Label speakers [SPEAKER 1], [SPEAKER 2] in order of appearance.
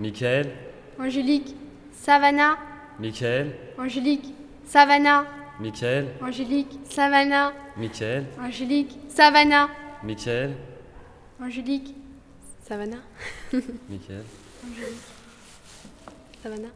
[SPEAKER 1] Michael,
[SPEAKER 2] Angélique, Savannah,
[SPEAKER 1] Michael,
[SPEAKER 2] Angélique, Savannah,
[SPEAKER 1] Michael,
[SPEAKER 2] Angélique, Savannah,
[SPEAKER 1] Michael,
[SPEAKER 2] Angélique, Savannah,
[SPEAKER 1] Michael,
[SPEAKER 2] Angélique, Savannah,
[SPEAKER 1] Michael.
[SPEAKER 2] Savannah.